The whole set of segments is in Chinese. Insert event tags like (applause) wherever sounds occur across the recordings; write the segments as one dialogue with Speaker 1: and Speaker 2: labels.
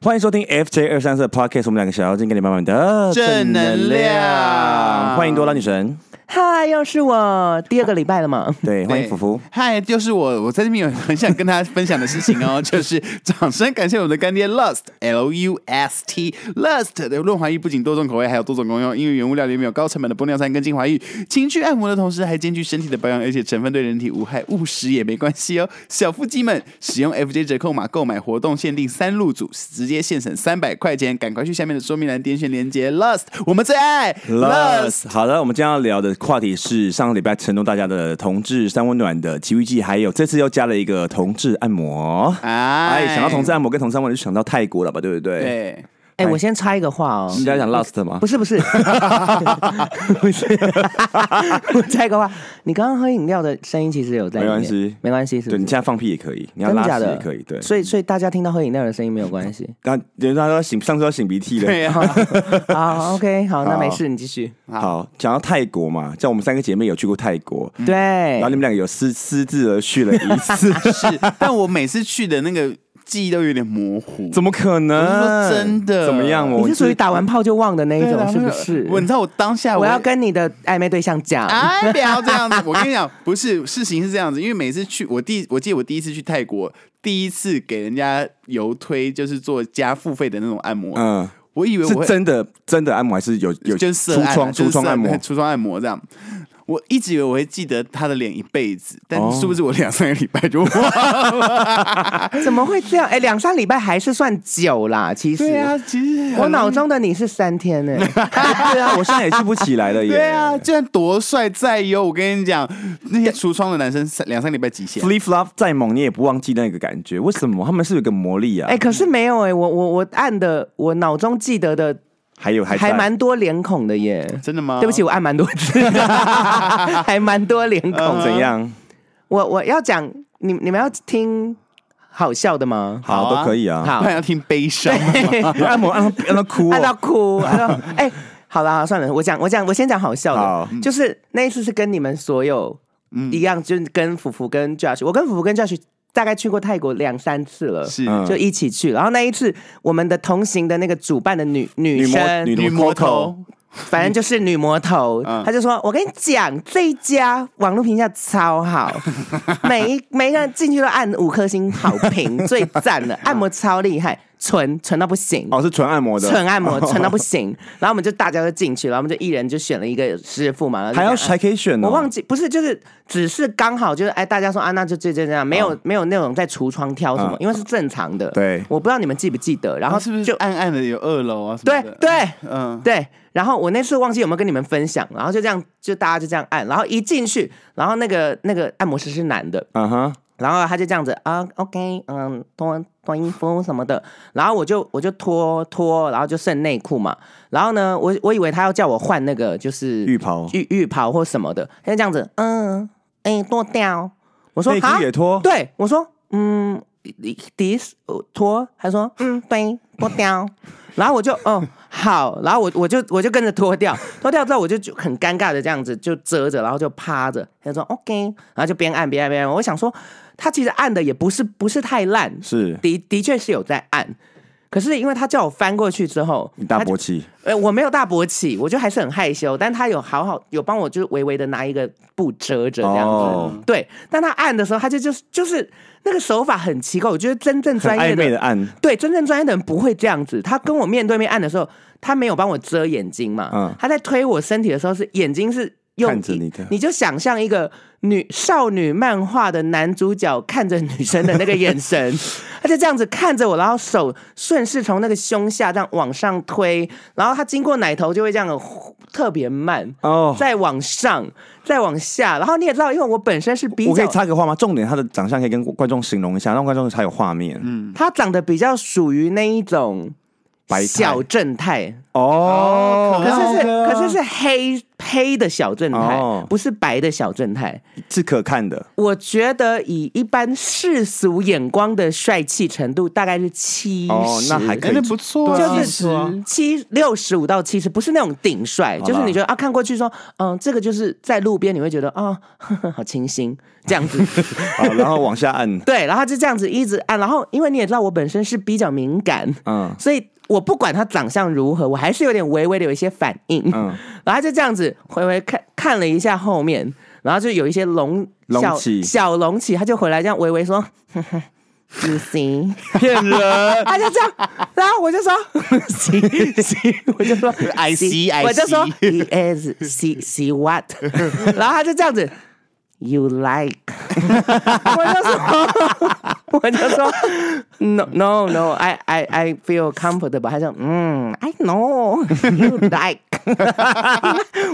Speaker 1: 欢迎收听 FJ 二三四 Podcast，我们两个小妖精给你满满的
Speaker 2: 正能量
Speaker 1: 欢迎多拉女神，
Speaker 3: 嗨，又是我，第二个礼拜
Speaker 1: (laughs)
Speaker 3: 了嘛。
Speaker 1: 对，欢迎福福。
Speaker 2: 嗨，就是我，我在这边有很想跟大家分享的事情
Speaker 1: (laughs)
Speaker 2: 哦，就是掌声感谢我们的干爹 Lust L U S T Lust 的润滑液不仅多种口味，还有多种功用，因为原物料里面有高成本的玻尿酸跟精华液，情趣按摩的同时还兼具身体的保养，而且成分对人体无害，误食也没关系哦。小腹肌们使用 FJ 折扣码购买活动限定三入组，直接现省三百块钱，赶快去下面的说明栏点选链接 Lust，我们最爱 Lust。
Speaker 1: Lust，好的，我们今天要聊的话题是上个礼拜承诺大家的同志三温暖的奇遇记，还有这次又加了一个同志按摩。哎，想到同志按摩跟同志按摩，就想到泰国了吧？对不对？，
Speaker 2: 对。
Speaker 3: 哎、我先插一个话哦，
Speaker 1: 你在讲 Lust 吗
Speaker 3: 不？
Speaker 1: (laughs)
Speaker 3: 是不是，不是，我插一个话，你刚刚喝饮料的声音其实有在里
Speaker 1: 没
Speaker 3: 面，
Speaker 1: 关系，
Speaker 3: 没关系，是不
Speaker 1: 对你
Speaker 3: 是？
Speaker 1: 现在放屁也可以，你要
Speaker 3: 真的
Speaker 1: 拉
Speaker 3: 假
Speaker 1: 屎
Speaker 3: 的？
Speaker 1: 也可以，对。
Speaker 3: 所以所以大家听到喝饮料的声音没有关
Speaker 1: (laughs)
Speaker 3: 系。
Speaker 1: 刚有人说擤，上次要擤鼻涕了。
Speaker 2: 对啊，
Speaker 3: 好，OK，好，啊那
Speaker 1: 好
Speaker 3: 没事，你继续。
Speaker 1: 好，讲到泰国嘛，像我们三个姐妹有去过泰国，
Speaker 3: 对
Speaker 1: 嗯然后，你们两个有私私自而去了一次，
Speaker 3: (laughs)
Speaker 2: 是， (laughs) 但我每次去的那个记忆都有点模糊。
Speaker 1: 怎么可能？
Speaker 2: 我是说真的
Speaker 1: 怎么样？我啊
Speaker 3: 你是属于打完炮就忘的那一
Speaker 2: 对
Speaker 3: 种，
Speaker 2: 啦
Speaker 3: 是不
Speaker 2: 我你
Speaker 3: 是？
Speaker 2: 知道我当下
Speaker 3: 我要跟你的暧昧对象讲，
Speaker 2: (laughs)
Speaker 1: 啊
Speaker 2: 哎，不要这样子！我跟你讲，不是事情是这样子，因为每次去我第我记得我第一次去泰国，第一次给人家油推就是做加付费的那种按摩，
Speaker 1: 嗯，
Speaker 2: 我以为
Speaker 1: 是
Speaker 2: 我会
Speaker 1: 真的真的按摩还是有有
Speaker 2: 就
Speaker 1: 出
Speaker 2: 是色按啊
Speaker 1: 窗
Speaker 2: 就是
Speaker 1: 出窗
Speaker 2: 色
Speaker 1: 按摩？
Speaker 2: 出窗按摩这样。我一直以为我会记得他的脸一辈子，但
Speaker 1: 哦
Speaker 2: 殊不知我两三个礼拜就忘了。
Speaker 3: 怎么会这样？哎，两三礼拜还是算久啦，其实。
Speaker 2: 对啊，其实
Speaker 3: 我
Speaker 2: 很
Speaker 3: 脑中的你是三
Speaker 1: (laughs)
Speaker 3: 天呢、
Speaker 1: 对 (laughs) 啊，我现在也记不起来
Speaker 3: (laughs)
Speaker 1: 了耶。
Speaker 2: 对啊，就算多帅再优，我跟你讲，那些橱窗的男生三两三个礼拜极限。
Speaker 1: ，Flip Flop 再猛你也不忘记那个感觉，为什么？他们是有一个魔力啊
Speaker 3: 哎、，可是没有哎、我我我按的，我脑中记得的
Speaker 1: 还有还
Speaker 3: 还
Speaker 1: 在啊
Speaker 3: 蛮多脸孔的耶。
Speaker 2: 真的吗？
Speaker 3: 对不起，，我按蛮多
Speaker 1: (laughs)
Speaker 3: 次，还蛮多脸孔。
Speaker 1: 哦嗯怎样？
Speaker 3: 我我要讲，你你们要听好笑的吗？
Speaker 2: 好
Speaker 1: 好
Speaker 2: 啊
Speaker 1: 都可以啊。
Speaker 3: 好
Speaker 2: 不然要听悲伤。
Speaker 3: (laughs)
Speaker 1: 你按摩按到按到哭
Speaker 3: 按到
Speaker 1: 哦， (laughs)
Speaker 3: 哭，按到哎、好了，好啦算了，我讲我讲，我先讲好笑
Speaker 1: 好嗯
Speaker 3: 的，就是那一次是跟你们所有一样，就是跟福福跟 Josh，我跟福福跟 Josh 大概去过泰国两三次了，
Speaker 2: 是
Speaker 1: 嗯
Speaker 3: 就一起去，然后那一次我们的同行的那个主办的女女
Speaker 1: 女魔
Speaker 3: 生，
Speaker 1: 女
Speaker 2: 女
Speaker 1: 魔
Speaker 2: 魔
Speaker 1: 头
Speaker 2: 头，
Speaker 3: 反正就是女魔头，
Speaker 2: 嗯
Speaker 3: 她就说：“我跟你讲，这一家网络评价超好，
Speaker 1: (laughs)
Speaker 3: 每一每一个人进去都按五颗星好评，最赞的，按摩超厉害，纯纯到不行。”
Speaker 1: 嗯哦是纯按摩的，
Speaker 3: 纯
Speaker 1: (laughs)
Speaker 3: 按摩，纯到不行。然后我们就大家都进去，然后我们就一人就选了一个师傅嘛，然后就
Speaker 1: 还要
Speaker 3: 讲啊
Speaker 1: 还可以选哦，
Speaker 3: 我忘记不是，就是只是刚好就是哎，大家说啊，那就这这这样，没有、
Speaker 1: 哦
Speaker 3: 没有那种在橱窗挑什么，
Speaker 1: 嗯
Speaker 3: 因为是正常的。
Speaker 1: 对
Speaker 3: 我不知道你们记不记得，然
Speaker 2: 然
Speaker 3: 后
Speaker 2: 后是不是就
Speaker 3: 就
Speaker 2: 暗暗的有二楼啊什
Speaker 3: 对
Speaker 2: 么的？，
Speaker 3: 对
Speaker 2: 嗯，
Speaker 3: 对，然后我那次忘记有没有跟你们分享，然后就这样就大家就这样按，然后一进去，然后那个那个按摩师是男的，
Speaker 1: 嗯哼，
Speaker 3: 然后他就这样子啊，OK，嗯，脱脱衣服什么的，然后我就我就脱脱，然后就剩内裤嘛，然后呢，我我以为他要叫我换那个就是
Speaker 1: 浴袍
Speaker 3: 浴浴袍或什么的，他就这样子，嗯，哎，脱掉，我说
Speaker 1: 内
Speaker 3: 啊
Speaker 1: 裤，也脱，
Speaker 3: 对我说，嗯，迪迪呃脱，他说，嗯，对，脱掉， (laughs) 然后我就，哦，好，然后我我就我就跟着脱掉， (laughs) 脱掉之后我就就很尴尬的这样子就遮着，然后就趴着，他就说 OK，然后就边按边按边按，我想说他其实按的也不是不是太烂，
Speaker 1: 是
Speaker 3: 的的确是有在按。可是因为他叫我翻过去之后，
Speaker 1: 你大
Speaker 3: 他
Speaker 1: 勃起，
Speaker 3: 呃，我没有大勃起，我就还是很害羞，但他有好好有帮我，就是微微的拿一个布遮着这样子。
Speaker 1: 哦
Speaker 3: 对，但他按的时候，他就就是就是那个手法很奇怪，我觉得真正
Speaker 1: 很
Speaker 3: 专业
Speaker 1: 暧
Speaker 3: 的
Speaker 1: 昧的按，
Speaker 3: 对，真正专业的人不会这样子。他跟我面对面按的时候，他没有帮我遮眼睛嘛，
Speaker 1: 嗯
Speaker 3: 他在推我身体的时候是眼睛是用
Speaker 1: 看着
Speaker 3: 一
Speaker 1: 你的
Speaker 3: 你就想象一个女少女漫画的男主角看着女生的那个眼神，
Speaker 1: (laughs)
Speaker 3: 他就这样子看着我，然后手顺势从那个胸下这样往上推，然后他经过奶头就会这样呼特别慢。
Speaker 1: 哦，
Speaker 3: 再往上，再往下，然后你也知道，因为我本身是比
Speaker 1: 我可
Speaker 3: 较
Speaker 1: 以插个话吗？重点他的长相可以跟观众形容一下，让观众才有画面。嗯，
Speaker 3: 他长得比较属于那一种
Speaker 1: 白菜
Speaker 3: 小正太，
Speaker 1: 哦，
Speaker 3: 可是是
Speaker 1: 哦
Speaker 3: 可是是黑黑的小正太
Speaker 1: 哦，
Speaker 3: 不是白的小正太。
Speaker 1: 是可看的，
Speaker 3: 我觉得以一般世俗眼光的帅气程度，大概是七
Speaker 1: 哦
Speaker 3: 十，
Speaker 1: 那还可
Speaker 2: 哎，
Speaker 1: 以
Speaker 2: 那不错啊，
Speaker 3: 就是
Speaker 2: 其 (laughs) 实
Speaker 3: 七六十五到七十，不是那种顶帅，
Speaker 1: 好啦
Speaker 3: 就是你觉得啊，看过去说，嗯，这个就是在路边你会觉得啊、 (laughs) 呵呵好清新这样子，，
Speaker 1: 好，然后往下按
Speaker 3: 对，然后他就这样子一直按，然后因为你也知道我本身是比较敏感，
Speaker 1: 嗯
Speaker 3: 所以我不管他长相如何，我还是有点微微的有一些反应，
Speaker 1: 嗯，
Speaker 3: 然后他就这样子回回看看了一下后面，然后就有一些隆
Speaker 1: 隆
Speaker 3: 小
Speaker 1: 起
Speaker 3: 小隆起，他就回来这样微微说。 (laughs) 哼哼，你行，
Speaker 1: 骗人，
Speaker 3: 他就这样，然后我 (laughs) 就说行行，我就说
Speaker 2: I see, I
Speaker 3: 我就说，E
Speaker 2: see.
Speaker 3: he is see see (laughs) what，然后他就这样子。You like，我就说，我就说，No (laughs) No No，I I I feel comfortable。他说，嗯，I know (laughs) you like，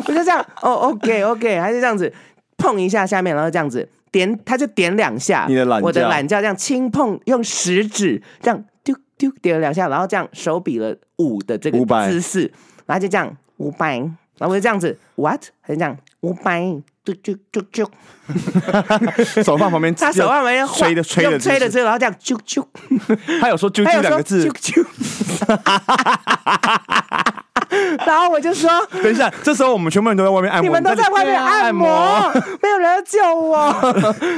Speaker 3: 我就这样，哦，OK OK，他就这样子碰一下下面，然后这样子点，他就点两下，
Speaker 1: 你的懒觉
Speaker 3: 我的懒觉这样轻碰，用食指这样丢丢点了两下，然后这样手比了五的这个
Speaker 1: 五百
Speaker 3: 姿势，然后就这样五百，然后我就这样子 what，他就这样五百，就就就就，
Speaker 1: 手放旁边，
Speaker 3: 他手腕没人
Speaker 1: 吹的吹的
Speaker 3: 吹的，之后，然后这样啾啾，
Speaker 1: 他有说“啾
Speaker 3: 他
Speaker 1: 啾”
Speaker 3: 有
Speaker 1: 两
Speaker 3: 说
Speaker 1: 个字
Speaker 3: 啾，啾， (laughs) 然后我就说。
Speaker 1: 等一下，这时候我们全部人都在外面按摩，
Speaker 3: (laughs) 你们都在外面啊按摩， (laughs) 没有人要救我。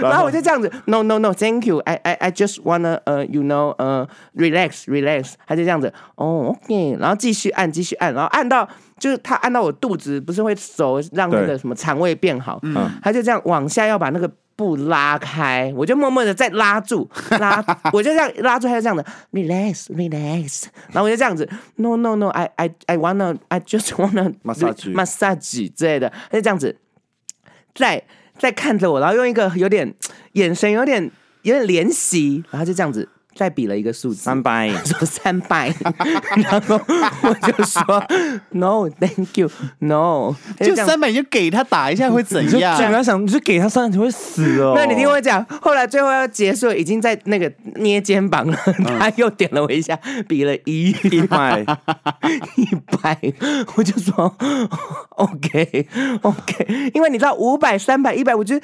Speaker 3: 然后我就这样子，no no no，thank you，I I I just wanna 呃、y o u know 呃、relax relax，他就这样子，哦、OK，然后继续按继续按，然后按到就是他按到我肚子，不是会手让那
Speaker 1: 对
Speaker 3: 个什么肠胃变好，他就这样往下要把那个。布拉开，我就默默的再拉住， (laughs) 拉，我就这样拉住，他就这样子，relax relax，然后我就这样子，no no no，I I I wanna I just wanna
Speaker 1: Massage
Speaker 3: massage 之类的，他就这样子，在在看着我，然后用一个有点眼神有点有点怜惜，然后就这样子再比了一个数字，
Speaker 1: 三百，
Speaker 3: (laughs) 说三百，然后我就说 (laughs) no thank you no，他
Speaker 2: 就
Speaker 3: 这样
Speaker 2: 三百你就给他打一下会
Speaker 3: (laughs)
Speaker 2: 怎样？
Speaker 1: 你要想，你就给他三，你会死哦。
Speaker 3: 那你听我讲，后来最后要结束，已经在那个捏肩膀了，他又点了我一下，比了一一
Speaker 1: 百
Speaker 3: (laughs) 一百，我就说 OK OK，因为你知道五百、三百、一百，我就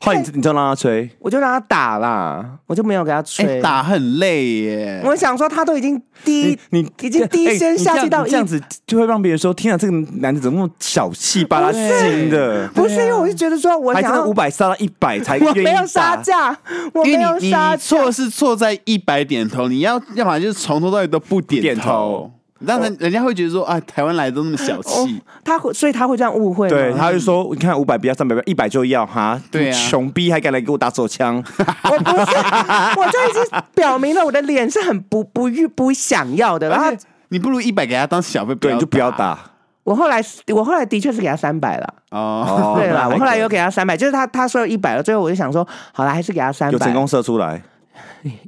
Speaker 1: 后来你你就让他
Speaker 3: (laughs)
Speaker 1: 吹，
Speaker 3: 我就让他打啦，我就没有给他吹、
Speaker 2: 哎，打很累耶。
Speaker 3: 我想说他都已经低，
Speaker 1: 你
Speaker 3: 已经低
Speaker 1: 哎
Speaker 3: 声
Speaker 1: 你
Speaker 3: 下
Speaker 1: 这
Speaker 3: 气
Speaker 1: 样
Speaker 3: 到
Speaker 1: 你这样
Speaker 3: 一。
Speaker 1: 子，就会让别人说：“天啊，这个男的怎么那么小气巴拉心的？
Speaker 3: 不是因为我就觉得说，我
Speaker 1: 还真
Speaker 3: 想
Speaker 1: 的
Speaker 3: 要
Speaker 1: 五百杀到一百才
Speaker 3: 我
Speaker 1: 愿意
Speaker 3: 没有杀
Speaker 1: 打。
Speaker 3: 价，我没
Speaker 2: 因为
Speaker 3: 有
Speaker 2: 你
Speaker 3: 杀
Speaker 2: 你
Speaker 3: 价，
Speaker 2: 错是错在一百点头，你要要么就是从头到尾都不点
Speaker 1: 点
Speaker 2: 头
Speaker 1: 头，
Speaker 2: 让人人家会觉得说啊，台湾来的都那么小
Speaker 3: 哦
Speaker 2: 气，，
Speaker 3: 他会，所以他会这样误会吗，哦
Speaker 1: 对，他就说：“你看五百不要，啊三百不要，一百就要哈。”
Speaker 2: 对啊
Speaker 1: 穷逼还敢来给我打手
Speaker 3: (laughs)
Speaker 1: 枪，
Speaker 3: 我不是，我就已经表明了我的脸是很不不欲不想要的。然后
Speaker 2: 而且你不如一百给他当小费，
Speaker 1: 对，你就不要打。
Speaker 3: 我后来我后来的确是给他三百了，
Speaker 2: 哦。
Speaker 1: 哦
Speaker 3: 对
Speaker 1: 那
Speaker 3: 了，
Speaker 1: 还
Speaker 3: 我后
Speaker 1: 可
Speaker 3: 来
Speaker 1: 以
Speaker 3: 有给他三百，就是他他说一百了，最后我就想说，好了，还是给他三百。
Speaker 1: 有成功射出
Speaker 3: (laughs)
Speaker 1: 来，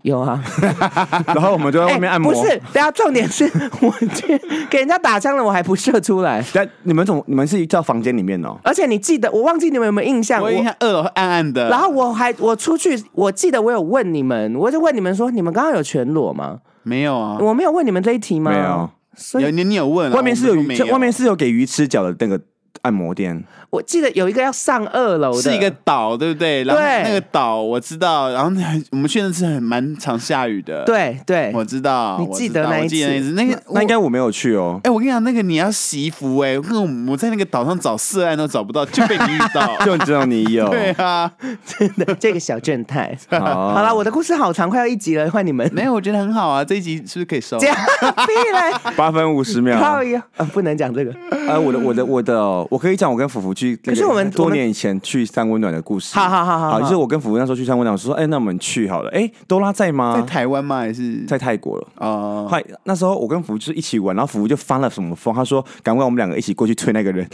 Speaker 3: 有啊，哎
Speaker 1: 然后我们就在外面按摩。
Speaker 3: 不是，等下重点是我去给人家打枪了，我还不射出来。
Speaker 1: 但你们怎么？你们是到房间里面哦？
Speaker 3: 而且你记得，我忘记你们有没有印象？
Speaker 2: 我印象二楼暗暗的，
Speaker 3: 然后我还我出去，我记得我有问你们，我就问你们说，你们刚刚有全裸吗？
Speaker 2: 没有啊，
Speaker 3: 我没有问你们这一题吗？
Speaker 1: 没有，
Speaker 3: 所以
Speaker 2: 有你你有问啊，
Speaker 1: 外面是
Speaker 2: 我
Speaker 1: 有
Speaker 2: 们
Speaker 1: 鱼，
Speaker 2: 说没
Speaker 1: 外面是有给鱼吃脚的那个按摩店。
Speaker 3: 我记得有一个要上二楼的，
Speaker 2: 是一个岛，对不对？然后
Speaker 3: 对
Speaker 2: 那个岛我知道，然后那我们去那次很蛮常下雨的，，
Speaker 3: 对对，
Speaker 2: 我知道，
Speaker 3: 你
Speaker 2: 我
Speaker 3: 记
Speaker 2: 知
Speaker 3: 得
Speaker 2: 道
Speaker 3: 那
Speaker 2: 我
Speaker 3: 一
Speaker 2: 记得那一
Speaker 3: 次
Speaker 2: 次，那个
Speaker 1: 那应。
Speaker 2: 我
Speaker 1: 该我没有去
Speaker 3: (laughs)
Speaker 1: 哦。。
Speaker 2: 哎、我跟你讲，那个你要洗衣服哎、我跟我我在那个岛上找色案都找不到，就被你遇到
Speaker 3: (laughs)
Speaker 1: 就知道你有。
Speaker 2: (laughs) 对啊，
Speaker 3: 真的这个小正太。
Speaker 1: 好
Speaker 3: 好了，我的故事好长，快要一集了，换你们。
Speaker 2: 没有，我觉得很好啊，这一集是不是可以收
Speaker 3: 这？样屁嘞，
Speaker 1: 八分五十秒。
Speaker 3: 靠呀，啊不能讲这个。
Speaker 1: 呃，我的我的我的哦，我可以讲我跟福福去，可
Speaker 3: 是我们
Speaker 1: 多年以前去三温暖的故事。
Speaker 3: 好好好好好
Speaker 1: 就是我跟福福那时候去三温暖，我说，哎，那我们去好了。哎，多拉在
Speaker 2: 在
Speaker 1: 吗？
Speaker 2: 台湾吗？还是
Speaker 1: 在泰国了。
Speaker 2: 哦？
Speaker 1: 快，那时候我跟福福就是一起玩，然后福福就发了什么疯，他说赶快我们两个一起过去推那个人， (laughs)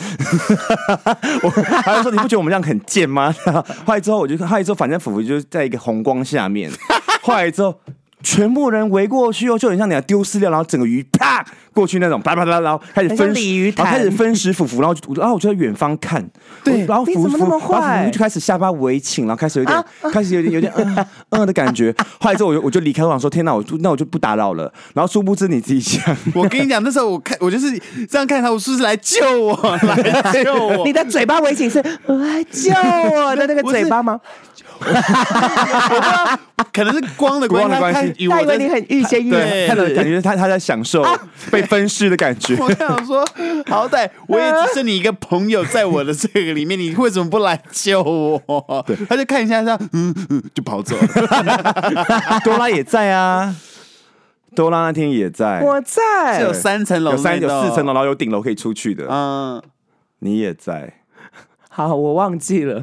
Speaker 1: 我他就说你不觉得我们这样很贱
Speaker 3: (laughs)
Speaker 1: 吗？然后后来之后我就后来之后反正福福就是在一个红光下面，后来之后全部人围过去哦，就很像你要丢饲料，然后整个鱼啪过去那种，啪啪啪，然后开始
Speaker 3: 很像
Speaker 1: 分
Speaker 3: 鲤鱼
Speaker 1: 然后开始
Speaker 3: 潭
Speaker 1: 分食腐腐，然后我就啊，我就在远方看，
Speaker 2: 对
Speaker 1: 然后
Speaker 3: 你
Speaker 1: 腐
Speaker 3: 怎么
Speaker 1: 腐，
Speaker 3: 那么
Speaker 1: 然后
Speaker 3: 坏啊
Speaker 1: 腐腐就开始下巴微倾，然后开始有点，开始有点有点
Speaker 3: (laughs)
Speaker 1: 嗯嗯的感觉。后来之后我就我就离开，我想说天哪，我就那我就不打扰了。然后殊不知你自己想，
Speaker 2: 我跟你讲，那时候我看我就是这样看他，我是不是来救我， (laughs) 来救我？
Speaker 3: 你的嘴巴围起是“我来救我”的那个嘴
Speaker 1: (laughs)
Speaker 3: 巴吗？
Speaker 2: 可能是光的
Speaker 1: 光
Speaker 2: 关
Speaker 1: 的
Speaker 2: 系，
Speaker 1: 关系
Speaker 2: 他以为
Speaker 3: 他
Speaker 2: 我
Speaker 3: 以为你
Speaker 2: 在。
Speaker 3: 很欲仙欲
Speaker 2: 对
Speaker 3: 死，
Speaker 1: 看到感觉他他在享受
Speaker 3: 啊
Speaker 1: 被分尸的感
Speaker 3: (laughs)
Speaker 1: 觉。
Speaker 2: (laughs) 我想说，好歹我也只剩你一个朋友在我的这个里面，你为什么不来救我？他就看一下，这样，嗯嗯，就
Speaker 1: (laughs)
Speaker 2: 跑走了。
Speaker 1: 多拉也在啊，多拉那天也在，
Speaker 3: 我在
Speaker 2: 是有三层楼，
Speaker 1: 有三有四层楼，。然后有顶楼可以出去
Speaker 3: 啊
Speaker 1: 的，
Speaker 2: 嗯，
Speaker 1: 你也在。
Speaker 3: 好，我忘记
Speaker 1: (laughs)
Speaker 3: 了，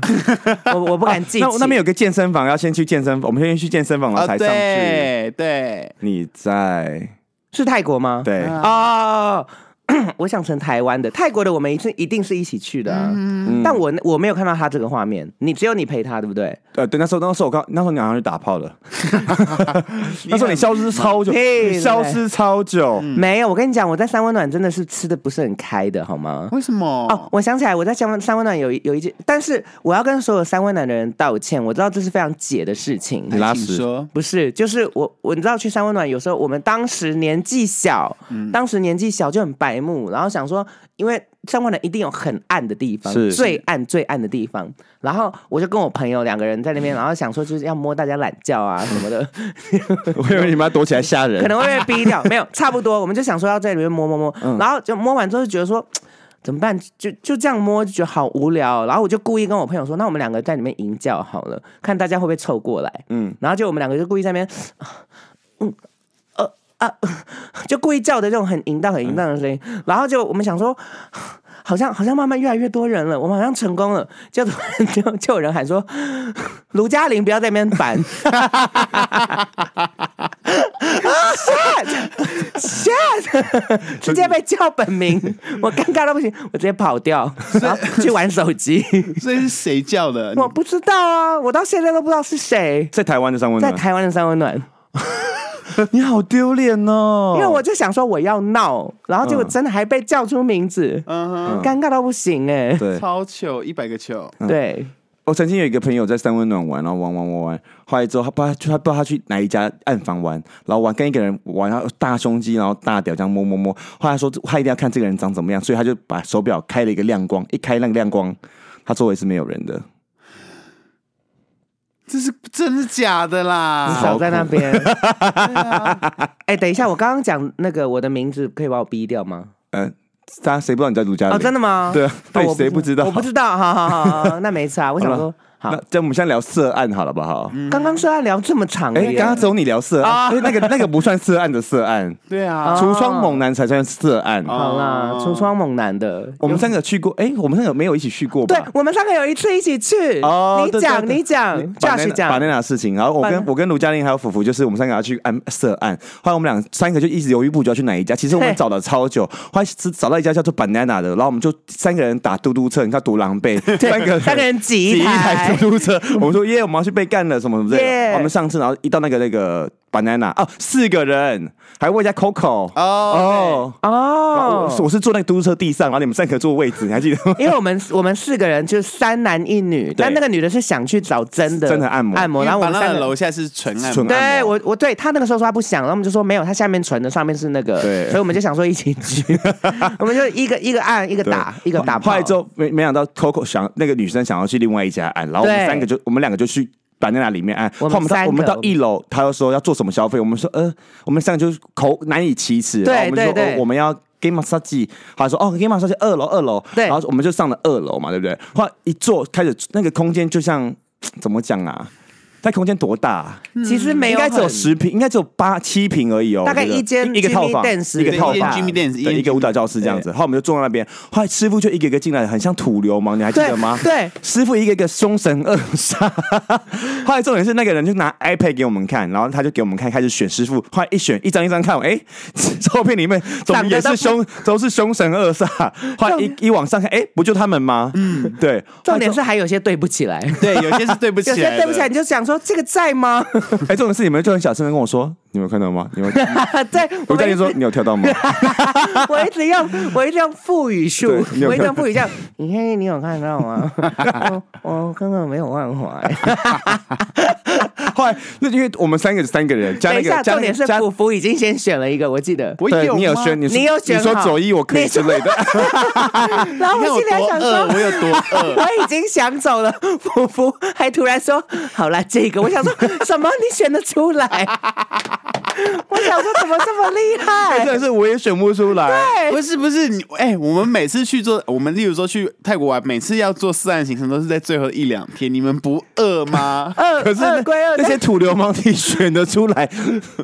Speaker 3: 我我不敢记起。
Speaker 1: 啊那那边有个健身房，要先去健身房，我们先去健身房，然后
Speaker 2: 啊，
Speaker 1: 才上去。
Speaker 2: 对对，
Speaker 1: 你在
Speaker 3: 是泰国吗？
Speaker 1: 对，
Speaker 2: 啊
Speaker 3: 哦， (coughs) 我想成台湾的，泰国的我们一次一定是一起去的啊、
Speaker 1: 嗯
Speaker 3: 但我我没有看到他这个画面，你只有你陪他，对不对？
Speaker 1: 呃，对，那时候那时候我刚那时候你好像去打炮
Speaker 3: (laughs)
Speaker 1: 了，那时候你消失超久，
Speaker 3: 屁
Speaker 1: 你消失超久，
Speaker 3: 没有，我跟你讲，我在三温暖真的是吃的不是很开的，好吗？
Speaker 2: 为什么？
Speaker 3: 哦，
Speaker 1: 啊
Speaker 3: 我想起来，我在三温三温暖有一有一件，但是我要跟所有三温暖的人道歉，我知道这是非常解的事情。
Speaker 1: 你拉
Speaker 2: 请
Speaker 1: 屎
Speaker 2: 说，
Speaker 3: 不是，就是我，我你知道去三温暖，有时候我们当时年纪小，
Speaker 1: 嗯
Speaker 3: 当时年纪小就很白目，然后想说，因为三温暖一定有很暗的地方，
Speaker 1: 是
Speaker 3: 最暗最暗的地方。然后我就跟我朋友两个人在那
Speaker 1: 嗯
Speaker 3: 边，然后想说就是要摸大家懒
Speaker 1: (laughs)
Speaker 3: 觉啊什么的，
Speaker 1: (laughs) 我以为你们要躲起来吓人
Speaker 3: 可，能会被逼掉， (laughs) 没有，差不多，我们就想说要在里面摸摸摸，
Speaker 1: 嗯
Speaker 3: 然后就摸完之后就觉得说。怎么办？就就这样摸，就觉得好无聊哦。然后我就故意跟我朋友说：“那我们两个在里面吟叫好了，看大家会不会凑过来。”
Speaker 1: 嗯
Speaker 3: 嗯，然后就我们两个就故意在那边，嗯，呃啊，就 (laughs) 故意叫的这种很淫荡、很淫荡的声音。然后就我们想说，好像好像慢慢越来越多人了，我们好像成功了。就突然就就有人喊说：“ (laughs) 卢嘉玲，不要在那边烦。” shit shit，直接被叫本名，我尴尬到不行，我直接跑掉，然后去玩手机。
Speaker 2: 所以是谁
Speaker 1: (laughs)
Speaker 2: 叫的？
Speaker 3: 我不知道啊，我到现在都不知道是谁。
Speaker 1: 在台湾的三温
Speaker 3: 在
Speaker 1: 暖，
Speaker 3: 台湾的三温暖，
Speaker 1: (laughs) 你好丢脸哦，
Speaker 3: 因为我就想说我要闹，然后结果
Speaker 1: 嗯
Speaker 3: 真的还被叫出名字，
Speaker 2: 嗯哼，
Speaker 1: 嗯
Speaker 3: 尴尬到不行哎、
Speaker 1: 对，
Speaker 2: 超球一百个球，
Speaker 3: 对，
Speaker 1: 我曾经有一个朋友在三温暖玩，然后玩玩玩玩，后来之后他不知道他不知道他去哪一家暗房玩，然后玩跟一个人玩，然后大胸肌，然后大屌这样摸摸摸。后来他说他一定要看这个人长怎么样，所以他就把手表开了一个亮光，一开那个亮光，他周围是没有人的。
Speaker 2: 这是真的假的
Speaker 1: 嗯
Speaker 3: 你
Speaker 1: 啊
Speaker 2: 啦？
Speaker 3: 少在那边。 (laughs) 哎、等一下，我刚刚讲那个我的名字，可以把我逼掉吗？
Speaker 1: 呃，大家谁不知道你在卢家？
Speaker 3: 哦，真的吗？
Speaker 1: 对啊对
Speaker 3: 哦我
Speaker 1: 谁不知道
Speaker 3: 我不知道，好好好好，那没
Speaker 1: (laughs)
Speaker 3: 差。我想说，好嗯
Speaker 1: 那，这样我们现在聊色案好了不好？
Speaker 3: 刚刚说要聊这么长的
Speaker 1: 嗯哎、
Speaker 3: 耶，
Speaker 1: 刚刚只有你聊色
Speaker 3: 啊
Speaker 1: 案，哎那个那个不算色案的色
Speaker 3: (laughs)
Speaker 1: 案，
Speaker 2: 对
Speaker 3: 哦
Speaker 2: 啊，
Speaker 1: 橱窗猛男才算色案。
Speaker 3: 好啦，
Speaker 2: 哦
Speaker 3: 橱窗猛男的，
Speaker 1: 我们三个去过，哎、我们三个没有一起去过吧？
Speaker 3: 对我们三个有一次一起去。
Speaker 1: 哦
Speaker 3: 你
Speaker 1: 对
Speaker 3: 讲，
Speaker 1: 对对
Speaker 3: 你讲
Speaker 1: 把那
Speaker 3: ，Josh
Speaker 1: 把那
Speaker 3: 讲，
Speaker 1: 俩事情，然后我跟
Speaker 3: Banana
Speaker 1: 我跟卢嘉玲还有福福，就是我们三个要去按涉案，后来我们俩三个就一直犹豫不决要去哪一家。其实我们
Speaker 3: 嘿
Speaker 1: 找了超久，后来是找到一家叫做 banana 的，然后我们就三个人打嘟嘟车，你看多狼狈，三个人
Speaker 3: 三个人挤
Speaker 1: 挤
Speaker 3: 一
Speaker 1: 一台
Speaker 3: 台。
Speaker 1: 嘟嘟车，我们说耶，我们要去被干了什么什么之类的。
Speaker 3: 耶
Speaker 1: 我们上次然后一到那个那个 banana 哦，四个人，还问一下 Coco
Speaker 2: 哦，
Speaker 1: 哦。然后
Speaker 3: 哦
Speaker 1: 我，我是坐那个嘟嘟车地上，然后你们三个坐位置，你还记得吗？
Speaker 3: 因为我们我们四个人就是三男一女，但那个女的是想去找真的
Speaker 1: 真的按摩
Speaker 3: 按摩，然后我们三
Speaker 2: 那
Speaker 3: 个
Speaker 2: 楼下是纯按摩，
Speaker 1: 纯按
Speaker 3: 对
Speaker 1: 摩
Speaker 3: 我，我对他那个时候说他不想，然后我们就说没有，他下面存的，上面是那个，
Speaker 1: 对
Speaker 3: 所以我们就想说一起去，
Speaker 1: (laughs)
Speaker 3: 我们就一个一个按，一个
Speaker 1: 对
Speaker 3: 打，一个打炮。
Speaker 1: 后来之后没没想到 Coco 想那个女生想要去另外一家按，然后我们
Speaker 3: 对
Speaker 1: 三个就我们两个就去。板在那里面按，
Speaker 3: 我们
Speaker 1: 后我们到
Speaker 3: 三个
Speaker 1: 我们到一楼，他又说要做什么消费，我们说呃，我们三个就是口难以启齿，
Speaker 3: 对
Speaker 1: 然后我们就
Speaker 3: 对
Speaker 1: 说
Speaker 3: 对
Speaker 1: 哦我们要 game massage，好他说哦 game massage 二楼二楼，
Speaker 3: 对
Speaker 1: 然后我们就上了二楼嘛，对不对？后来一坐开始那个空间就像怎么讲啊？它空间多大啊、
Speaker 3: 其实没
Speaker 1: 应
Speaker 3: 有
Speaker 1: 该
Speaker 3: 很，
Speaker 1: 只有十平，应该只有八七平而已哦，
Speaker 3: 大概
Speaker 1: 我觉得
Speaker 3: 一间
Speaker 1: 一个套房，
Speaker 3: Jimmy Dance
Speaker 1: 一个套
Speaker 2: 一间
Speaker 1: 房
Speaker 2: Jimmy Dance，
Speaker 1: 对
Speaker 2: 一间
Speaker 1: 一个舞蹈教室这样子。后来我们就坐在那边，后来师傅就一个一个进来，很像土流氓，你还记得
Speaker 3: 对
Speaker 1: 吗？
Speaker 3: 对，
Speaker 1: 师傅一个一个凶神恶煞， (laughs) 后来重点是那个人就拿 iPad 给我们看，然后他就给我们看，开始选师傅，后来一选一张一张看，哎， (laughs) 照片里面怎么也是凶，都是凶神恶煞，后来一一往上看，哎，不就他们吗？嗯，对，
Speaker 3: 重点是还有些对不
Speaker 1: (laughs)
Speaker 3: 起来，
Speaker 2: 对，有些是对不起
Speaker 1: 啊
Speaker 3: 有
Speaker 2: 来的，
Speaker 3: 些对不起来，你就想说这个在吗？ (laughs)
Speaker 1: 哎，重点是你们就很小声的跟我说，你有看到吗？你有，我
Speaker 3: 在我
Speaker 1: 跟
Speaker 3: 一
Speaker 1: 你说，
Speaker 3: 直
Speaker 1: 你有跳到吗？
Speaker 3: 我一直用我一直用副语术
Speaker 1: 对你，有
Speaker 3: 我一直
Speaker 1: 看
Speaker 3: 用副语这样。你看你有看到吗？ (laughs) 我我根本没有忘怀。 (laughs)
Speaker 1: 后来那因为我们三个三个人加
Speaker 3: 等
Speaker 1: 那
Speaker 3: 一
Speaker 1: 个
Speaker 3: 下，
Speaker 1: 加
Speaker 3: 重
Speaker 1: 那
Speaker 3: 点
Speaker 1: 个
Speaker 3: 是
Speaker 1: 加，
Speaker 3: 福福已经先选了一个，我记得。
Speaker 2: 我
Speaker 1: 对
Speaker 2: 有
Speaker 1: 你有
Speaker 2: 吗
Speaker 1: 选，你说
Speaker 3: 你有选
Speaker 1: 你说
Speaker 3: 好
Speaker 1: 左一我可以
Speaker 3: 你
Speaker 1: 之类的，哎
Speaker 3: 然后
Speaker 2: 你看
Speaker 3: 我
Speaker 2: 我
Speaker 3: 心里还
Speaker 2: 多
Speaker 3: 想
Speaker 2: 饿，
Speaker 3: 说，
Speaker 2: 我有多
Speaker 3: (laughs)
Speaker 2: 饿。
Speaker 3: 我已经想走了，福福还突然说：“好啦，这个。”
Speaker 1: (laughs)
Speaker 3: 我想说什么？你选得出来？我想说怎么这么厉
Speaker 1: (laughs)
Speaker 2: 真
Speaker 3: 害？
Speaker 2: 的是我也选不出
Speaker 3: 啊
Speaker 2: 来。不是不是，你哎、我们每次去做，我们例如说去泰国玩，每次要做四岸行程都是在最后一两天，你们不饿
Speaker 3: (laughs)
Speaker 2: 吗？
Speaker 3: 二
Speaker 1: 可是
Speaker 3: 二
Speaker 1: 那
Speaker 3: 归二，
Speaker 1: 那些
Speaker 3: 但
Speaker 1: 土流氓你选得出
Speaker 3: (laughs)
Speaker 1: 来，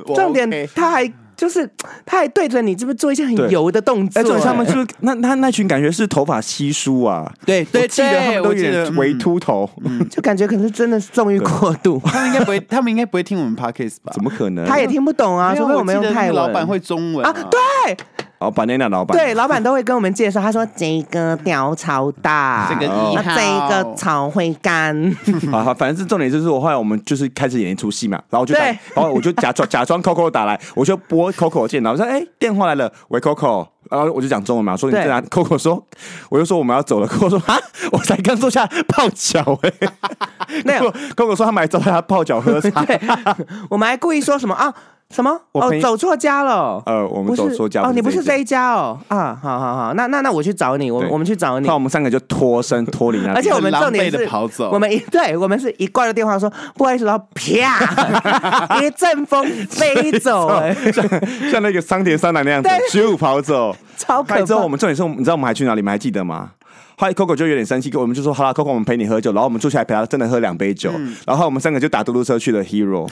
Speaker 2: 我
Speaker 3: 重点
Speaker 2: OK
Speaker 3: 他还就是他还对着你这边做一些
Speaker 1: 对
Speaker 3: 很油的动作。
Speaker 1: 哎，重点是他们
Speaker 3: 哎
Speaker 1: 是不是那那那群感觉是头发稀疏啊？
Speaker 2: 对
Speaker 1: 我
Speaker 2: 对
Speaker 1: 记得他
Speaker 2: 对
Speaker 1: 们都
Speaker 2: 我
Speaker 1: 有
Speaker 2: 记得
Speaker 1: 点微
Speaker 2: 嗯
Speaker 1: 秃头，
Speaker 3: (laughs) 就感觉可能真的是纵欲过度，
Speaker 2: 他们应该不会，他们应该不会听我们 podcast 吧？
Speaker 1: 怎么可能？
Speaker 3: 他也听不懂啊，
Speaker 2: 没有
Speaker 3: 除非
Speaker 2: 我
Speaker 3: 们
Speaker 2: 记得
Speaker 3: 用
Speaker 2: 那
Speaker 3: 泰
Speaker 2: 个
Speaker 3: 文。
Speaker 2: 老板会中文
Speaker 3: 啊，对
Speaker 1: 哦，banana 老板，
Speaker 3: 对，老板都会跟我们介绍，他说这个鸟巢大，
Speaker 2: 这个
Speaker 1: 哦
Speaker 2: 一
Speaker 3: 那
Speaker 2: 号
Speaker 3: 这个草会干，
Speaker 1: (laughs)
Speaker 3: (laughs)
Speaker 1: 好好，反正是重点就是我后来我们就是开始演一出戏嘛，然后我就打，
Speaker 3: 对
Speaker 1: 然后我就假
Speaker 3: (laughs)
Speaker 1: 装假装 Coco 打来，我就拨 Coco 的键，然后说哎、电话来了，喂 Coco。然后我就讲中文嘛，说你
Speaker 3: 对
Speaker 1: 在哪？Coco 说，我就说我们要走了。Coco 说啊，我才刚坐下泡脚哎、
Speaker 3: (laughs) 那
Speaker 1: Coco- Coco 说他买走他泡脚喝茶。
Speaker 3: (laughs) 对，我们还故意说什么啊？什么？
Speaker 1: 我
Speaker 3: 哦
Speaker 1: 朋，友
Speaker 3: 走错家了。
Speaker 1: 呃，我
Speaker 3: 我
Speaker 1: 们走错家
Speaker 3: 哦，你不是这
Speaker 1: 这一
Speaker 3: 一家哦啊，好好好，那那那我去找你，我
Speaker 1: 对
Speaker 3: 我们去找
Speaker 1: 家，
Speaker 3: 你
Speaker 1: 那。我们三个就脱身脱离那边，
Speaker 3: 而且我们重点
Speaker 2: 很狼狈
Speaker 3: 是
Speaker 2: 地跑走
Speaker 3: 我们一 (laughs) 对我们是一挂了电话说不好意思，然后
Speaker 1: (laughs)
Speaker 3: 啪一阵风飞走，哎，
Speaker 1: 像像那个桑田三郎那样子
Speaker 3: 对，
Speaker 1: 咻跑走。
Speaker 3: 超可
Speaker 1: 嗨，
Speaker 3: 怕。
Speaker 1: 之后我们重点是我们，你知道我们还去哪里吗？还记得吗？后来 Coco 就有点生气，我们就说好了，Coco，我们陪你喝酒，然后我们坐下来陪他真的喝两杯酒，
Speaker 3: 嗯
Speaker 1: 然后我们三个就打嘟嘟车去了
Speaker 3: (laughs)
Speaker 1: Hero，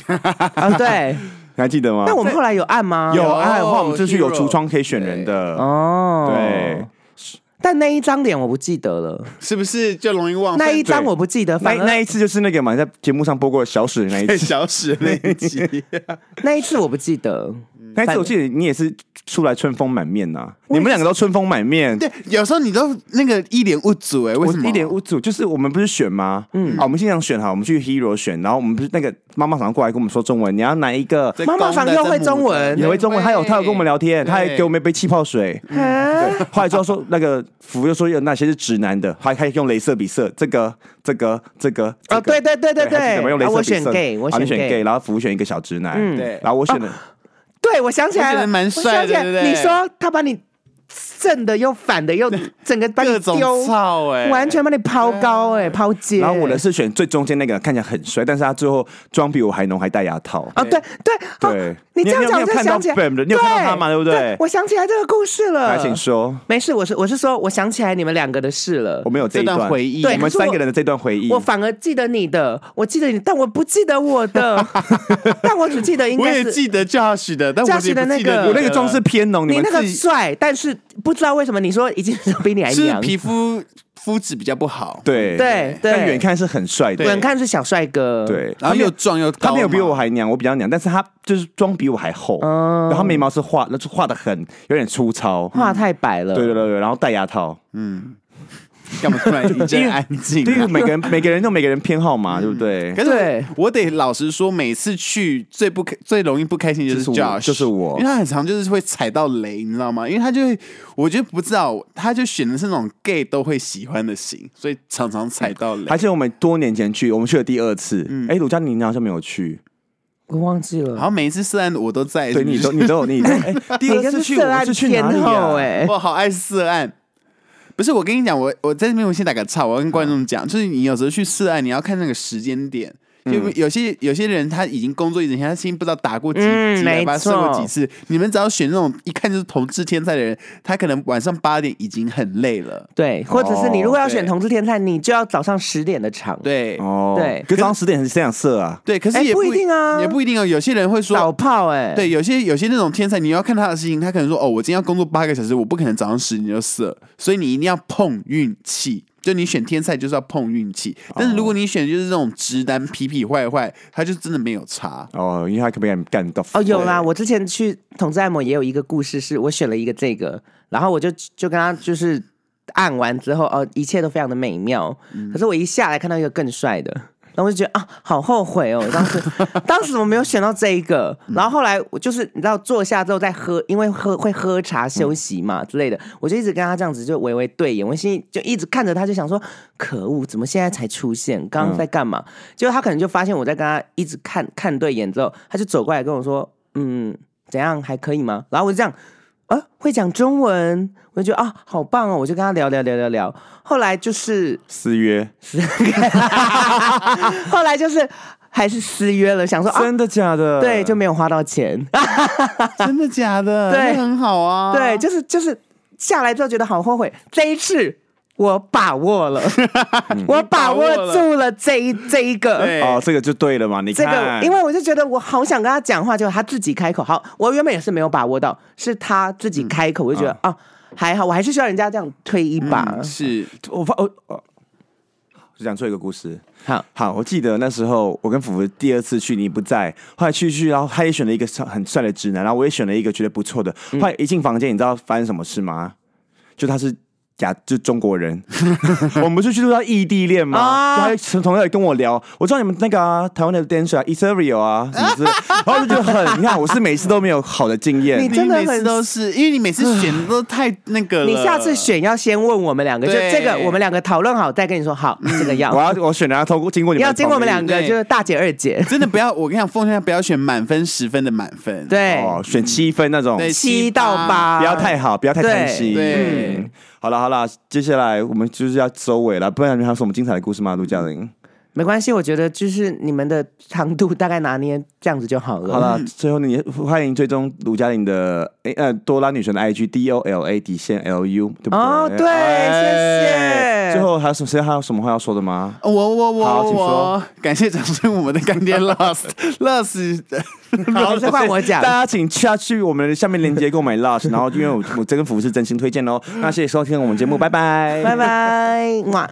Speaker 3: 啊，
Speaker 1: (laughs)
Speaker 3: 对，
Speaker 1: 你还记得吗？
Speaker 3: 那我们后来有按吗？
Speaker 1: 有
Speaker 2: 有
Speaker 1: 啊，的话我们就是有橱窗可以选人
Speaker 2: Hero
Speaker 1: 的，
Speaker 3: 哦，
Speaker 1: 对，，
Speaker 3: 但那一张脸我不记得了，
Speaker 2: 是不是就容易忘？
Speaker 3: 那一张我不记得，
Speaker 1: 哦那
Speaker 3: 反而
Speaker 1: 那一次就是那个嘛，在节目上播过的小史那一
Speaker 2: 分
Speaker 3: (laughs)
Speaker 1: 次，
Speaker 2: 小史那一集，
Speaker 3: 那一次我不记得，
Speaker 1: 那一次我记得你也是出来春风满面呐、你们两个都春风满面，
Speaker 2: 对，有时候你都那个一脸无助哎，为
Speaker 1: 我
Speaker 2: 什么？
Speaker 1: 一脸无助，就是我们不是选吗？嗯，啊，我们现场选好，我们去 Hero 选，然后我们不是那个妈妈常常过来跟我们说中文，你要哪一个？
Speaker 2: 在
Speaker 3: 妈妈桑又会中文
Speaker 1: 也会中文，他有他有跟我们聊天，
Speaker 2: 对
Speaker 1: 他还给我们一杯气泡水。
Speaker 3: (laughs) 啊
Speaker 1: 后来之后说那 (laughs) 个服又说有哪些是直男的，还还用镭射笔射这个这个这个这
Speaker 3: 哦
Speaker 1: 个
Speaker 3: 对对对对
Speaker 1: 还记得吗
Speaker 3: 对
Speaker 1: 用镭
Speaker 3: 啊
Speaker 1: 射
Speaker 3: 我
Speaker 1: 笔
Speaker 3: 选
Speaker 1: 射
Speaker 3: gay，我
Speaker 1: 啊你
Speaker 3: 选嗯哦
Speaker 1: gay，
Speaker 3: gay
Speaker 1: 然后服选一个小直男，
Speaker 2: 对
Speaker 1: 然后我选了
Speaker 3: 对，我想起来
Speaker 2: 我觉
Speaker 3: 了，
Speaker 2: 得蛮
Speaker 3: 我
Speaker 2: 帅的
Speaker 3: 想起来
Speaker 2: 对不对
Speaker 3: 你说他把你正的又
Speaker 2: (laughs)
Speaker 3: 反的又整个把你
Speaker 2: 各种
Speaker 3: 丢，
Speaker 2: 操哎，
Speaker 3: 完全把你抛高哎，抛接。
Speaker 1: 然后我的是选最中间那个，看起来很帅，但是他最后妆比我还浓，还戴牙套。
Speaker 3: 啊，对对
Speaker 1: 对
Speaker 3: 哦你这样
Speaker 1: 你有
Speaker 3: 讲
Speaker 1: 你有
Speaker 3: 我就
Speaker 1: 看到
Speaker 3: 想起来，
Speaker 1: Bam 的你有看到他吗对不对
Speaker 3: 我想起来这个故事
Speaker 1: 来，
Speaker 3: 了，
Speaker 1: 请说，
Speaker 3: 没事，我是我是说，我想起来你们两个的事了
Speaker 1: 我。们有这一
Speaker 2: 这段回忆
Speaker 1: 我
Speaker 3: 对可
Speaker 1: 们
Speaker 3: 是我
Speaker 1: 三个人的这段回忆
Speaker 3: 我。反而记得你的，我记得你，但我不记得我
Speaker 1: (laughs)
Speaker 3: 的，但我只记得应
Speaker 2: 我
Speaker 3: 该
Speaker 2: 也
Speaker 3: 是
Speaker 2: 记得 Josh 的，但我也不
Speaker 3: Josh
Speaker 2: 记
Speaker 3: 的
Speaker 2: 得
Speaker 3: 那
Speaker 2: 你
Speaker 3: 个
Speaker 2: 的
Speaker 1: 我那个妆是偏浓，
Speaker 3: 你
Speaker 1: 们
Speaker 3: 那
Speaker 1: 自
Speaker 3: 个
Speaker 1: 己
Speaker 3: 帅，但是不知道为什么你说已经比你还
Speaker 2: 是
Speaker 3: 哎娘，
Speaker 2: 皮肤肤质比较不好，，
Speaker 1: 对
Speaker 3: 对对
Speaker 1: 但远看是很帅的，
Speaker 3: 远看呃是小帅哥，
Speaker 1: 对，
Speaker 2: 然后又壮又高嘛，
Speaker 1: 他没有比我还娘，我比较娘，但是他就是妆比我还厚，
Speaker 3: 哦
Speaker 1: 然后他眉毛是画，那是画的很有点粗糙，
Speaker 3: 话太白了，
Speaker 1: 对对对对，然后戴牙套，
Speaker 3: 嗯
Speaker 2: 干嘛突然一阵安
Speaker 1: (laughs)
Speaker 2: 静
Speaker 1: 因为
Speaker 2: 啊？
Speaker 1: 每个人每个人都有每个人偏好
Speaker 3: 嗯
Speaker 1: 嘛，对不对？
Speaker 2: 可是
Speaker 3: (laughs) 对
Speaker 2: 我我得老实说，每次去最不开最容易不开心就是
Speaker 1: 就是我
Speaker 2: Josh，
Speaker 1: 就是我
Speaker 2: 因为他很常就是会踩到雷，你知道吗？因为他就会，我就不知道，他就选的是那种 gay 都会喜欢的型，所以常常踩到雷
Speaker 1: 还。是我们多年前去，我们去了第二次，
Speaker 3: 嗯
Speaker 1: 哎，鲁佳你好像没有去，
Speaker 3: 我忘记
Speaker 2: 然
Speaker 3: 了，
Speaker 2: 后每一次色案我都在，
Speaker 1: 对你
Speaker 2: 是
Speaker 1: 都
Speaker 2: 不是
Speaker 1: 你都有
Speaker 3: (laughs)
Speaker 1: 你，哎，第
Speaker 3: 你
Speaker 1: 二
Speaker 3: 就
Speaker 1: 次
Speaker 3: 是
Speaker 1: 去
Speaker 3: 色
Speaker 1: 我
Speaker 3: 案
Speaker 1: 是去
Speaker 3: 天
Speaker 1: 哪里
Speaker 3: 后
Speaker 1: 啊？
Speaker 3: 哎，
Speaker 2: 我好爱色案。不是，我跟你讲，我我在这边我先打个岔，我要跟观众
Speaker 3: 嗯
Speaker 2: 讲，就是你有时候去色案，你要看那个时间点。就有些有些人他已经工作一整天，他心不知道打过几
Speaker 3: 嗯
Speaker 2: 几百
Speaker 3: 没
Speaker 2: 巴射过几
Speaker 3: 错
Speaker 2: 次。你们只要选那种一看就是同志天才的人，他可能晚上八点已经很累了。
Speaker 3: 对，
Speaker 1: 哦
Speaker 3: 或者是你如果要选
Speaker 2: 对
Speaker 3: 同志天才，你就要早上十点的场，，
Speaker 2: 对、
Speaker 1: 哦，
Speaker 3: 对
Speaker 1: 可是早上十点是这样色啊，
Speaker 2: 对，可是
Speaker 3: 哎
Speaker 2: 也
Speaker 3: 不一定啊
Speaker 2: 也不一定哦。有些人会说
Speaker 3: 早炮哎，
Speaker 2: 对，有些有些那种天才，你要看他的事情，他可能说哦，我今天要工作八个小时，我不可能早上十点就射，所以你一定要碰运气。就你选天才就是要碰运气，但是如果你选就是这种直男痞痞坏坏，他就真的没有
Speaker 3: (laughs)
Speaker 2: 差。
Speaker 1: 哦，因为他可不可以干到
Speaker 3: 哦，有啦，我之前去统治按摩也有一个故事，是我选了一个这个，然后我就就跟他就是
Speaker 1: 嗯
Speaker 3: 按完之后，哦，一切都非常的美妙。可是我一下来看到一个更帅的，然后我就觉得啊，好后悔哦，当时当时怎么没有选到这一个？然后后来我就是你知道坐下之后再喝，因为喝会喝茶休息嘛之类的，我就一直跟他这样子就微微对眼，我心里就一直看着他，就想说可恶，怎么现在才出现？刚刚在干嘛？结果他可能就发现我在跟他一直看看对眼之后，他就走过来跟我说，嗯，怎样还可以吗？然后我就这样。啊，会讲中文，我就觉得啊，好棒哦！我就跟他聊聊聊聊聊，后来就是
Speaker 1: 私约，
Speaker 3: 后来就是还是私约了，想说啊，
Speaker 1: 真的假的？
Speaker 3: 对，就没有花到钱，
Speaker 2: 真的假的？
Speaker 3: 对
Speaker 2: 那很好
Speaker 1: 哦
Speaker 2: 啊。
Speaker 3: 对，就是就是下来之后觉得好后悔，这一次我把握了，
Speaker 1: 嗯
Speaker 3: 我把握住了这一这一个。
Speaker 2: 对
Speaker 1: 哦，这个就对了嘛，你
Speaker 3: 这个
Speaker 1: 看，，
Speaker 3: 因为我就觉得我好想跟他讲话，结果他自己开口。好，我原本也是没有把握到，是他自
Speaker 1: 嗯
Speaker 3: 己开口，我就觉得啊还好，我还是需要人家这样推一把。
Speaker 1: 嗯
Speaker 2: 是
Speaker 1: 我发我哦我讲出一个故事。
Speaker 3: 好，
Speaker 1: 好，我记得那时候我跟福福第二次去，你不在，后来去去，然后他也选了一个很帅的直男，然后我也选了一个觉得不错的。
Speaker 3: 嗯
Speaker 1: 后来一进房间，你知道发生什么事吗？就他是。假就中国人，
Speaker 3: (laughs)
Speaker 1: (laughs) 我们不是去到异地恋吗？
Speaker 3: 啊
Speaker 1: 就他从同学跟我聊，我知道你们那个啊，台湾的 dancer 啊 e s e r i o 啊，什么之类
Speaker 3: (laughs)
Speaker 1: 的，然后我就觉得很，你看我是每次都没有好的经验，
Speaker 3: 你
Speaker 2: 你
Speaker 3: 哎真的
Speaker 2: 每次
Speaker 3: 很
Speaker 2: 都是，因为你每次选的都太那个了。
Speaker 3: (sighs) 你下次选要先问我们两个，就
Speaker 2: 对
Speaker 3: 这个我们两个讨论好再跟你说好，这个要
Speaker 1: 嗯我要我选的要透过经过你们
Speaker 3: 要
Speaker 1: 的
Speaker 3: 经过我们
Speaker 1: 同
Speaker 3: 两
Speaker 1: 意
Speaker 3: 个
Speaker 2: 对
Speaker 3: 就是大姐二姐，
Speaker 2: 真的不要，我跟你讲，奉劝大家不要选满分十分的满分。
Speaker 3: 对，
Speaker 1: 哦，选七分那种，
Speaker 2: 对
Speaker 3: 七到八，
Speaker 1: 不要太好，不要太贪心。
Speaker 2: 对
Speaker 1: 嗯好了好了，接下来我们就是要收尾了，不然你还有什么精彩的故事吗？陆嘉玲，
Speaker 3: 没关系，我觉得就是你们的长度大概拿捏这样子就好了。 (laughs)
Speaker 1: 好了，最后你欢迎追踪陆嘉玲的诶呃多拉女神的 IG D O L A 底线 L U，对不对？
Speaker 3: 哦对
Speaker 1: 哎
Speaker 3: 谢谢
Speaker 1: 最后还有什么谁还有什么话要说的吗？
Speaker 2: 我我
Speaker 1: 好
Speaker 2: 我
Speaker 1: 请
Speaker 2: 我，感谢掌声，我们的干爹 Lost Lost
Speaker 3: 好，再换我讲
Speaker 1: 大。家请下去我们的下面链接购买
Speaker 3: (laughs)
Speaker 1: Lush，然后因为我我这跟服是真心推荐哦。那谢谢收听我们节目，拜拜，
Speaker 3: 拜。拜，哇。